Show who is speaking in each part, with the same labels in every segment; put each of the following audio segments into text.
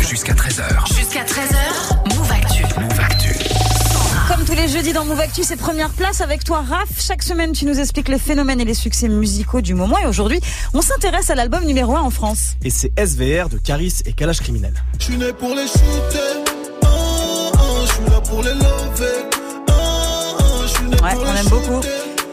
Speaker 1: jusqu'à 13h.
Speaker 2: Jusqu'à 13h, Move Actu.
Speaker 1: Move Actu.
Speaker 3: Comme tous les jeudis dans Move Actu, c'est première place avec toi, Raph. Chaque semaine, tu nous expliques les phénomènes et les succès musicaux du moment. Et aujourd'hui, on s'intéresse à l'album numéro 1 en France.
Speaker 4: et c'est SVR de Caris et Kalash Criminel.
Speaker 5: Je suis né pour les shooter. Ah, ah, je suis là pour les lover. Ah, ah, je suis né
Speaker 3: Ouais,
Speaker 5: pour
Speaker 3: on
Speaker 5: les
Speaker 3: aime beaucoup.
Speaker 5: shooter.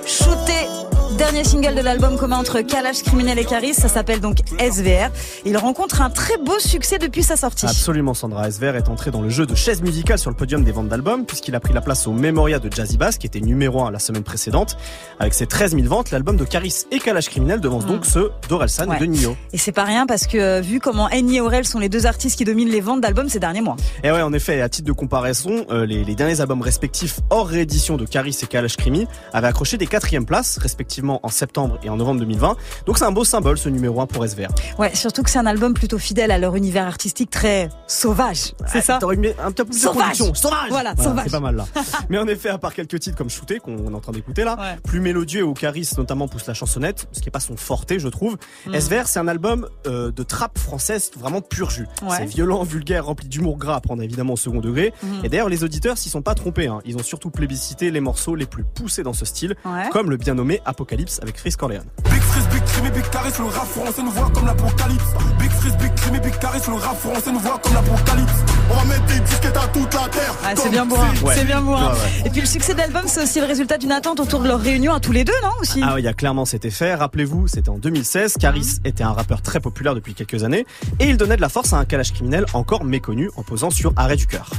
Speaker 3: Shooter, dernier single de l'album commun entre Kalash Criminel et Caris, ça s'appelle donc SVR. Il rencontre un très beau succès depuis sa sortie.
Speaker 4: Absolument, Sandra SVR est entré dans le jeu de chaise musicale sur le podium des ventes d'albums, puisqu'il a pris la place au Memoria de Jazzy Bass, qui était numéro 1 la semaine précédente. Avec ses 13 000 ventes, l'album de Caris et Kalash Criminel devance donc ceux d'Orelsan
Speaker 3: Ouais.
Speaker 4: et de Nino.
Speaker 3: Et c'est pas rien parce que euh, vu comment Enya et Aurel sont les deux artistes qui dominent les ventes d'albums ces derniers mois.
Speaker 4: Et ouais, en effet, à titre de comparaison, euh, les, les derniers albums respectifs hors réédition de Caris et Kalash Krimi avaient accroché des quatrièmes places, respectivement en septembre et en novembre 2020. Donc c'est un beau symbole, ce numéro 1 pour SVR.
Speaker 3: Ouais, surtout que c'est un album plutôt fidèle à leur univers artistique très sauvage. C'est ça
Speaker 4: T'aurais mis un petit peu plus de
Speaker 3: Sauvage.
Speaker 4: production. Sauvage
Speaker 3: Voilà, sauvage.
Speaker 4: C'est pas mal là. Mais en effet, à part quelques titres comme Shooter qu'on est en train d'écouter là,
Speaker 3: Ouais.
Speaker 4: plus mélodieux et au charisme notamment pousse la chansonnette, ce qui est pas son forte je trouve.
Speaker 3: Mm.
Speaker 4: SVR c'est un album euh, de trap française vraiment pur jus.
Speaker 3: Ouais.
Speaker 4: C'est violent, vulgaire, rempli d'humour gras à prendre évidemment au second degré.
Speaker 3: Mm.
Speaker 4: Et d'ailleurs les auditeurs s'y sont pas trompés, hein. ils ont surtout plébiscité les morceaux les plus poussés dans ce style,
Speaker 3: Ouais.
Speaker 4: comme le bien nommé Apocalypse avec Chris Corleone.
Speaker 6: Big Frizz, Big Crime et Big Caris, le rap français nous voit comme l'apocalypse. Big Frizz, Big Crime et Big Caris, le rap français nous voit comme l'apocalypse. On va mettre des disquettes à toute la terre.
Speaker 3: Ah, c'est
Speaker 6: comme
Speaker 3: bien bourrin,
Speaker 6: si-
Speaker 4: Ouais.
Speaker 3: c'est bien bourrin.
Speaker 4: Ouais, ouais.
Speaker 3: Et puis le succès de l'album, c'est aussi le résultat d'une attente autour de leur réunion à tous les deux, non aussi
Speaker 4: Ah oui, il y a clairement cet effet. Rappelez-vous, c'était en 2016. Caris
Speaker 3: Hein
Speaker 4: était un rappeur très populaire depuis quelques années et il donnait de la force à un calage criminel encore méconnu en posant sur Arrêt du cœur.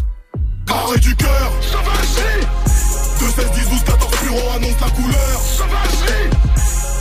Speaker 6: Arrêt du cœur, ça va 2, 16, 10, 12, 14 bureaux annonce la couleur, ça va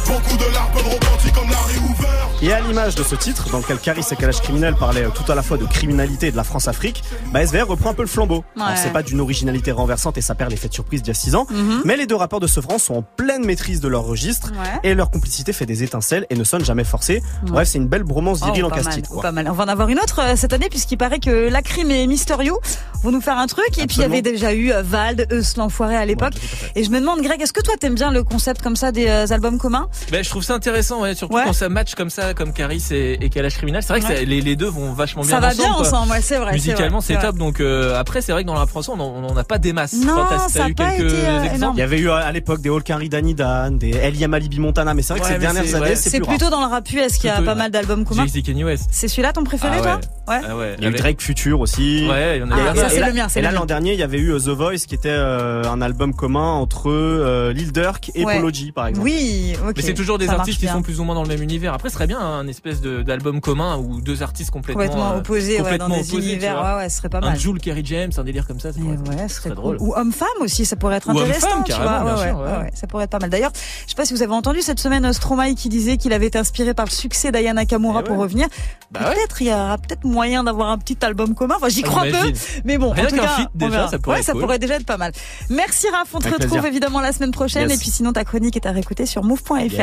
Speaker 6: Beaucoup de larmes peuvent repentir comme Larry Hoover.
Speaker 4: Et à l'image de ce titre, dans lequel Caris et Kalash Criminel parlaient euh, tout à la fois de criminalité et de la France-Afrique, bah SVR reprend un peu le flambeau. Alors,
Speaker 3: Ouais.
Speaker 4: C'est pas d'une originalité renversante et ça perd l'effet de surprise d'il y a 6 ans, mais les deux rappeurs de ce franc sont en pleine maîtrise de leur registre
Speaker 3: Mhm. Ouais.
Speaker 4: et leur complicité fait des étincelles et ne sonne jamais forcée. Bref, c'est une belle bromance
Speaker 3: Oh,
Speaker 4: virile en
Speaker 3: pas, mal,
Speaker 4: castille. quoi.
Speaker 3: pas mal. On va en avoir une autre euh, cette année puisqu'il paraît que Lacrim et Mysterio vont nous faire un truc. Et puis il y
Speaker 4: Absolument.
Speaker 3: avait déjà eu euh, Vald, Eus, l'enfoiré à l'époque.
Speaker 4: Ouais, tout à
Speaker 3: et je me demande, Greg, est-ce que toi t'aimes bien le concept comme ça des euh, albums communs
Speaker 7: Ben, je trouve ça intéressant, ouais, surtout
Speaker 3: Ouais.
Speaker 7: quand ça match comme ça, comme Caris et, et Kalash Criminal. C'est vrai que
Speaker 3: Ouais.
Speaker 7: ça- les, les deux vont vachement bien
Speaker 3: Ça va
Speaker 7: ensemble.
Speaker 3: bien
Speaker 7: quoi.
Speaker 3: ensemble, ouais, c'est vrai. c'est vrai,
Speaker 7: Musicalement, c'est
Speaker 3: vrai.
Speaker 7: top. Donc euh, après, c'est vrai que dans la France, on n'en a pas des masses.
Speaker 3: Non,
Speaker 7: Enfin, t'as-
Speaker 3: ça
Speaker 7: t'as
Speaker 3: a
Speaker 7: eu
Speaker 3: pas
Speaker 7: quelques
Speaker 3: été, euh,
Speaker 7: exemples.
Speaker 3: énorme.
Speaker 4: Il y avait eu à à l'époque des Holkin Ridani Dan, des Eliam Alibi Montana, mais c'est vrai que
Speaker 7: Ouais,
Speaker 4: ces
Speaker 7: mais
Speaker 4: dernières
Speaker 7: c'est-
Speaker 4: années,
Speaker 7: ouais.
Speaker 4: c'est
Speaker 3: C'est
Speaker 4: plus rare.
Speaker 3: plutôt dans le rap US qu'il y a
Speaker 7: Plutôt,
Speaker 3: pas
Speaker 7: ouais.
Speaker 3: mal d'albums communs.
Speaker 7: Jay-Z Kanye West.
Speaker 3: C'est celui-là ton préféré,
Speaker 7: Ah
Speaker 3: toi
Speaker 7: ouais.
Speaker 3: Ouais.
Speaker 7: Ah ouais.
Speaker 4: Il y a eu
Speaker 7: Avec-
Speaker 4: Drake Future aussi.
Speaker 7: Ouais, il y en a
Speaker 3: Ah,
Speaker 7: eu pas
Speaker 3: ça,
Speaker 7: mal.
Speaker 3: c'est
Speaker 4: et là-
Speaker 3: le mien, c'est
Speaker 4: et
Speaker 3: le
Speaker 4: là,
Speaker 3: mien.
Speaker 4: l'an dernier, il y avait eu euh, The Voice, qui était euh, un album commun entre euh, Lil Durk et
Speaker 3: Ouais.
Speaker 4: Polo G, par exemple.
Speaker 3: Oui, ok.
Speaker 7: Mais c'est toujours des
Speaker 3: ça marche
Speaker 7: artistes qui
Speaker 3: bien.
Speaker 7: sont plus ou moins dans le même univers. Après, ce serait bien un espèce de- d'album commun ou deux artistes complètement,
Speaker 3: complètement
Speaker 7: euh,
Speaker 3: opposés, ouais,
Speaker 7: complètement
Speaker 3: dans des
Speaker 7: opposés, tu
Speaker 3: univers.
Speaker 7: vois.
Speaker 3: Ouais, ouais, ce serait pas
Speaker 7: un
Speaker 3: mal.
Speaker 7: Jules Kerry James, un délire comme ça. Ah, ça
Speaker 3: Et
Speaker 7: pourrait être-
Speaker 3: ouais, ce
Speaker 7: serait
Speaker 3: serait
Speaker 7: drôle.
Speaker 3: cool. Ou homme-femme aussi, ça pourrait être
Speaker 7: Ou
Speaker 3: intéressant.
Speaker 7: homme-femme,
Speaker 3: tu
Speaker 7: carrément,
Speaker 3: vois.
Speaker 7: bien
Speaker 3: ouais,
Speaker 7: sûr,
Speaker 3: ouais,
Speaker 7: ouais.
Speaker 3: ouais, ça pourrait être pas mal. D'ailleurs, je sais pas si vous avez entendu cette semaine euh, Stromae qui disait qu'il avait été inspiré par le succès d'Aya Nakamura
Speaker 4: Eh
Speaker 3: pour
Speaker 4: ouais.
Speaker 3: revenir.
Speaker 7: Bah ouais.
Speaker 3: peut-être, il y aura peut-être moyen d'avoir un petit album commun. Enfin, j'y crois peu.
Speaker 7: Imagine.
Speaker 3: Mais bon,
Speaker 7: Rien
Speaker 3: en tout
Speaker 7: qu'un
Speaker 3: cas,
Speaker 7: feat,
Speaker 3: on
Speaker 7: déjà,
Speaker 3: verra.
Speaker 7: ça pourrait
Speaker 3: Ouais,
Speaker 7: être
Speaker 3: ça
Speaker 7: cool.
Speaker 3: pourrait déjà être pas mal. Merci Raph, on te
Speaker 4: Avec
Speaker 3: retrouve
Speaker 4: plaisir.
Speaker 3: évidemment la semaine prochaine.
Speaker 4: Yes.
Speaker 3: Et puis sinon, ta chronique et ta réécoute est sur move.fr.